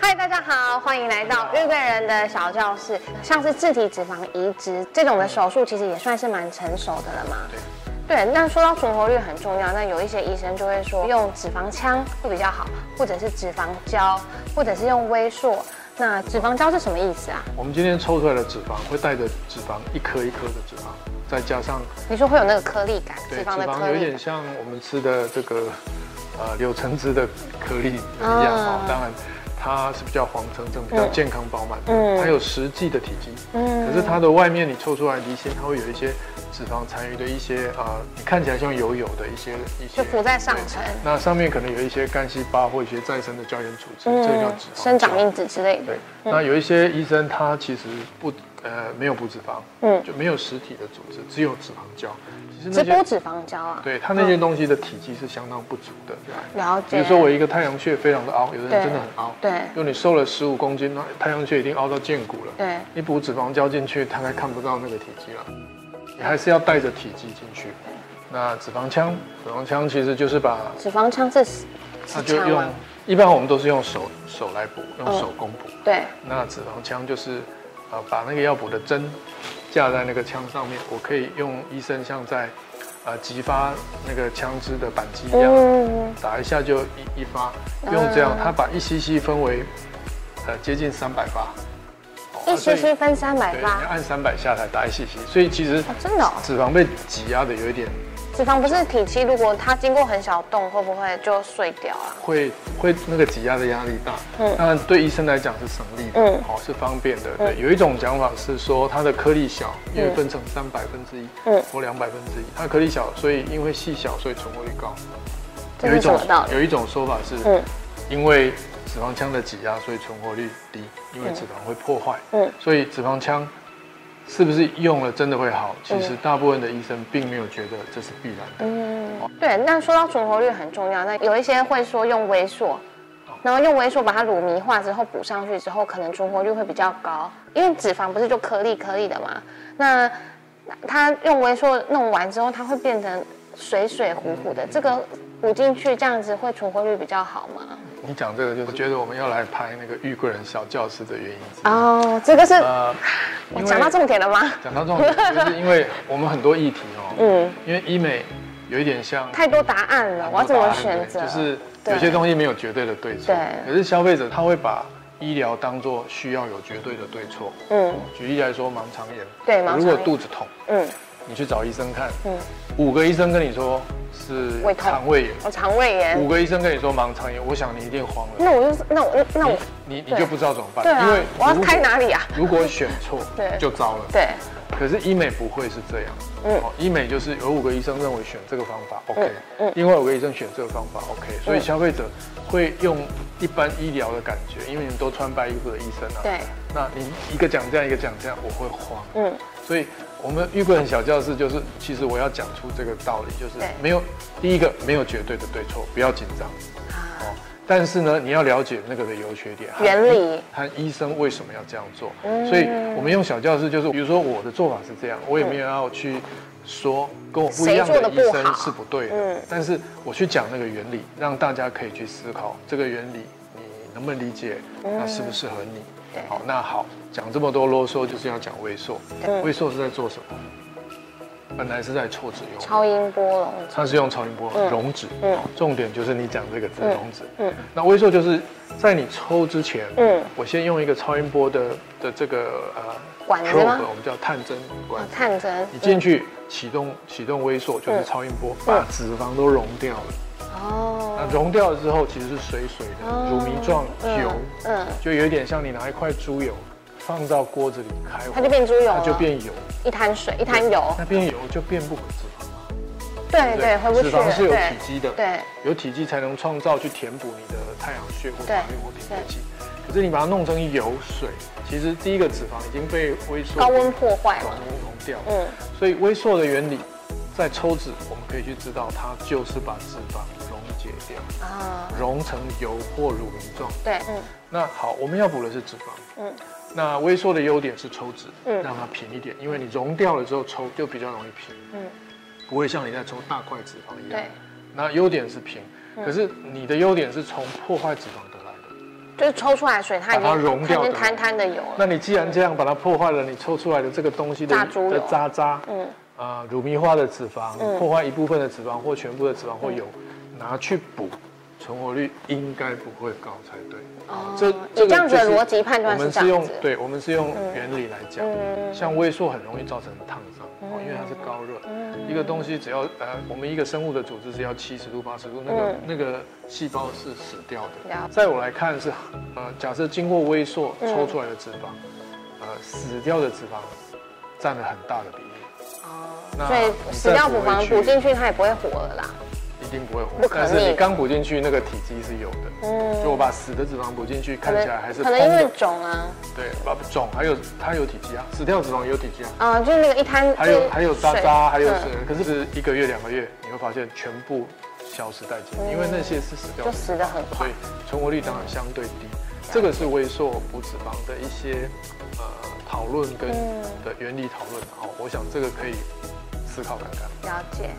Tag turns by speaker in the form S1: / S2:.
S1: 嗨，大家好，欢迎来到日本人的小教室。像是自体脂肪移植这种的
S2: 嗯
S1: 手术，其实也算是蛮成熟的了嘛。对。对，那说到存活率很重要，那有一些医生就会说用脂肪枪会比较好，或者是脂肪胶，或者是用微塑。那脂肪胶是什么意思啊？
S2: 我们今天抽出来的脂肪会带着脂肪一颗一颗的脂肪，再加上
S1: 你说会有那个颗粒感，
S2: 对
S1: 脂
S2: 脂
S1: 肪的
S2: 肪
S1: 颗
S2: 有一
S1: 粒
S2: 点
S1: 感。
S2: 像我们吃的这个呃柳橙汁的颗粒一样哦
S1: 嗯，
S2: 当然它是比较黄澄澄、比较健康饱满的，
S1: 嗯
S2: 它有实际的体积。
S1: 嗯
S2: 可是它的外面你抽出来离心，它会有一些脂肪残余的一些呃，你看起来像油油的一些一些
S1: 就浮在上
S2: 对
S1: 层
S2: 那上面可能有一些干细胞或一些再生的胶原组织，这个叫脂肪
S1: 嗯生长
S2: 胶
S1: 因子之类的
S2: 对。，那有一些医生他其实不呃没有补脂肪，
S1: 嗯
S2: 嗯，就没有实体的组织，只有脂肪胶。其实
S1: 直
S2: 那
S1: 播
S2: 些
S1: 脂肪胶啊？
S2: 对他那些东西的体积是相当不足的。
S1: 了
S2: 比
S1: 解。
S2: 如说我一个太阳穴非常的凹，有的
S1: 对
S2: 人真的很凹，
S1: 对
S2: 因为你瘦了十五公斤，那太阳穴已经凹到见骨了。
S1: 对
S2: 你补脂肪胶进去，大概看不到那个体积了，你还是要带着体积进去。那脂肪枪，脂肪枪其实就是把
S1: 脂肪枪是是
S2: 它
S1: 是
S2: 就
S1: 枪啊
S2: 用
S1: 吗？，
S2: 一般我们都是用手手来补，
S1: 嗯
S2: 用手工补。
S1: 对，
S2: 那脂肪枪就是，呃，把那个药补的针架在那个枪上面，我可以用医生像在，呃，激发那个枪支的扳机一样，
S1: 嗯，啊
S2: 打一下就一一发，用这样，它把一 cc 分为，呃，接近三百发，哦
S1: 一
S2: 啊所
S1: 区
S2: 以
S1: 区分三百
S2: 对，你要
S1: 八，
S2: 按三百下才打一 cc，所以其实
S1: 哦真的哦
S2: 脂肪被挤压的有一点
S1: 脂肪不是体积，如果它经过很小洞，会不会就碎掉啊？
S2: 会会那个挤压的压力大，
S1: 嗯
S2: 嗯，当然对医生来讲是省力的，
S1: 嗯
S2: 嗯，好、是方便的。对，有一种讲法是说它的颗粒小，因为分成三百分之一，
S1: 嗯
S2: 嗯，或两百分之一，它颗粒小，所以因为细小，所以存活率高。
S1: 这是什么道理？
S2: 有一种说法是，
S1: 嗯
S2: 因为脂肪腔的挤压，所以存活率低，因为脂肪会破坏，
S1: 嗯
S2: 嗯，所以脂肪腔是不是用了真的会好？其实大部分的医生并没有觉得这是必然的。
S1: 嗯，对。那说到存活率很重要，那有一些会说用微塑，
S2: 哦
S1: 然后用微塑把它乳糜化之后补上去之后，可能存活率会比较高，因为脂肪不是就颗粒颗粒的嘛。那它用微塑弄完之后，它会变成水水糊糊的，这个补进去这样子会存活率比较好吗？
S2: 你讲这个，就是我觉得我们要来拍那个玉贵人小教室的原因之一。
S1: 哦，这个是
S2: 呃，
S1: 我
S2: 因为
S1: 讲到重点了吗？
S2: 讲到重点，就是因为我们很多议题哦，
S1: 嗯
S2: 嗯，因为医美有一点像
S1: 太多答案了，我要怎么选择？
S2: 就是
S1: 对
S2: 有些东西没有绝对的对错，
S1: 对
S2: 可是消费者他会把医疗当做需要有绝对的对错。
S1: 嗯
S2: 举例来说，盲肠炎，
S1: 对盲肠炎
S2: 如果肚子痛，
S1: 嗯，
S2: 你去找医生看，
S1: 嗯
S2: 嗯，五个医生跟你说是
S1: 胃痛
S2: 肠胃炎，
S1: 我肠胃炎
S2: 五，个医生跟你说盲肠炎，我想你一定慌了，
S1: 那我就那我那我
S2: 你你
S1: 对
S2: 就不知道怎么办，
S1: 对啊
S2: 因为，
S1: 我要
S2: 如果
S1: 开哪里啊？，
S2: 如果选错
S1: 对
S2: 就糟了。
S1: 对，
S2: 可是医美不会是这样，
S1: 嗯
S2: 嗯，哦，医美就是有五个医生认为选这个方法 OK，
S1: 嗯嗯
S2: 另外五个医生选这个方法 OK，所以消费者会用一般医疗的感觉，因为你们都穿白衣服的医生啊，
S1: 对，
S2: 那你一个讲这样，一个讲这样，我会慌，
S1: 嗯，
S2: 所以我们遇过很小教室，就是其实我要讲出这个道理，就是
S1: 对
S2: 没有第一个没有绝对的对错，不要紧张，
S1: 啊
S2: 哦，但是呢，你要了解那个的优缺点，
S1: 原理
S2: 和医生为什么要这样做。
S1: 嗯
S2: 所以我们用小教室，就是比如说我的做法是这样，我也没有要去说跟我不一样
S1: 谁做
S2: 的
S1: 得
S2: 医
S1: 不好
S2: 生是不对的，
S1: 嗯
S2: 但是我去讲那个原理，让大家可以去思考这个原理你能不能理解，那适不适合你
S1: 嗯对。
S2: 好，那好，讲这么多啰嗦，就是要讲微缩
S1: 嗯。
S2: 微缩是在做什么？本来是在抽脂用的。
S1: 超音波龙，
S2: 它是用超音波
S1: 嗯
S2: 溶脂，
S1: 嗯
S2: 哦重点就是你讲这个字
S1: 嗯
S2: 溶脂。
S1: 嗯
S2: 那微缩就是在你抽之前，
S1: 嗯
S2: 我先用一个超音波的的这个呃
S1: 管子
S2: probe，
S1: 吗
S2: 我们叫探针管
S1: 哦，，探针，
S2: 你进去启动启动微缩就
S1: 嗯
S2: 是超音波，把脂肪都溶掉了。
S1: 嗯
S2: 那
S1: 哦，
S2: 溶掉了之后，其实是水水的乳糜状
S1: 嗯
S2: 油，
S1: 嗯，
S2: 就有一点像你拿一块猪油放到锅子里开火，
S1: 它就变猪油
S2: 它
S1: 了，
S2: 就变油，
S1: 一滩水，一滩油，
S2: 那变油就变不可脂肪，
S1: 对对，回不去
S2: 脂肪
S1: 了，
S2: 是有
S1: 对
S2: 体积的，
S1: 对，
S2: 有体积才能创造去填补你的太阳穴或
S1: 对
S2: 法令或平衡肌。可是你把它弄成油水，其实第一个脂肪已经被微缩
S1: 高温破坏
S2: 高
S1: 嘛，
S2: 温溶掉了。
S1: 嗯
S2: 所以微缩的原理，在抽脂我们可以去知道，它就是把脂肪溶解掉，
S1: 啊，
S2: 溶成油或乳糜状。
S1: 对，嗯
S2: 那好，我们要补的是脂肪。
S1: 嗯，
S2: 那微缩的优点是抽脂，
S1: 嗯
S2: 让它平一点，因为你溶掉了之后抽就比较容易平，
S1: 嗯，
S2: 不会像你在抽大块脂肪一
S1: 对。，
S2: 样
S1: 嗯
S2: 那优点是平，可是你的优点是从破坏脂肪得来的，
S1: 就是抽出来的水，它已
S2: 把它
S1: 经
S2: 溶
S1: 它已
S2: 掉
S1: 经
S2: 的
S1: 摊摊的油了。
S2: 那你既然这样把它破坏了，你抽出来的这个东西的
S1: 炸猪油
S2: 的渣渣，
S1: 嗯
S2: 啊、乳糜化的脂肪，破坏一部分的脂肪或全部的脂肪
S1: 嗯
S2: 或油，拿去补，存活率应该不会高才对。
S1: 哦
S2: 这这
S1: 你
S2: 个
S1: 这样子
S2: 就
S1: 的
S2: 是
S1: 逻辑判
S2: 我
S1: 断是
S2: 们
S1: 这
S2: 是
S1: 样
S2: 用
S1: 子，
S2: 对，我们是用原理来讲，
S1: 嗯
S2: 像微塑很容易造成烫伤，哦，因为它是高热，
S1: 嗯
S2: 一个东西只要呃，我们一个生物的组织只要七十度、八十度，那个、那个细胞是死掉
S1: 嗯了嗯
S2: 的。在我来看是，呃，假设经过微塑抽出来的脂肪，呃，死掉的脂肪占了很大的比例，那
S1: 哦所以
S2: 你
S1: 死
S2: 啊再
S1: 掉
S2: 补
S1: 补
S2: 回
S1: 防
S2: 去
S1: 补进去它也不会活了啦。
S2: 一定不会活
S1: 不。可
S2: 但是
S1: 逆
S2: 你刚补进去，那个体积是有的。所以我把死的脂肪补进去，
S1: 可
S2: 看起来还
S1: 能
S2: 是
S1: 可能
S2: 空
S1: 因
S2: 的
S1: 为肿啊，
S2: 对，把肿还有它有体积啊，死掉脂肪也有体积啊，
S1: 啊、就是那个一滩，
S2: 还有
S1: 就是
S2: 还有渣
S1: 水
S2: 渣，还有
S1: 嗯
S2: 是，可是是一个月两个月，你会发现全部消失殆尽，因为那些是死掉
S1: 就
S2: 的，
S1: 死得很快
S2: 所以。存活率当然相对低。
S1: 嗯
S2: 这个是微缩骨脂肪的一些呃讨论跟
S1: 嗯
S2: 啊的原理讨论，好，我想这个可以思考看看。
S1: 了解。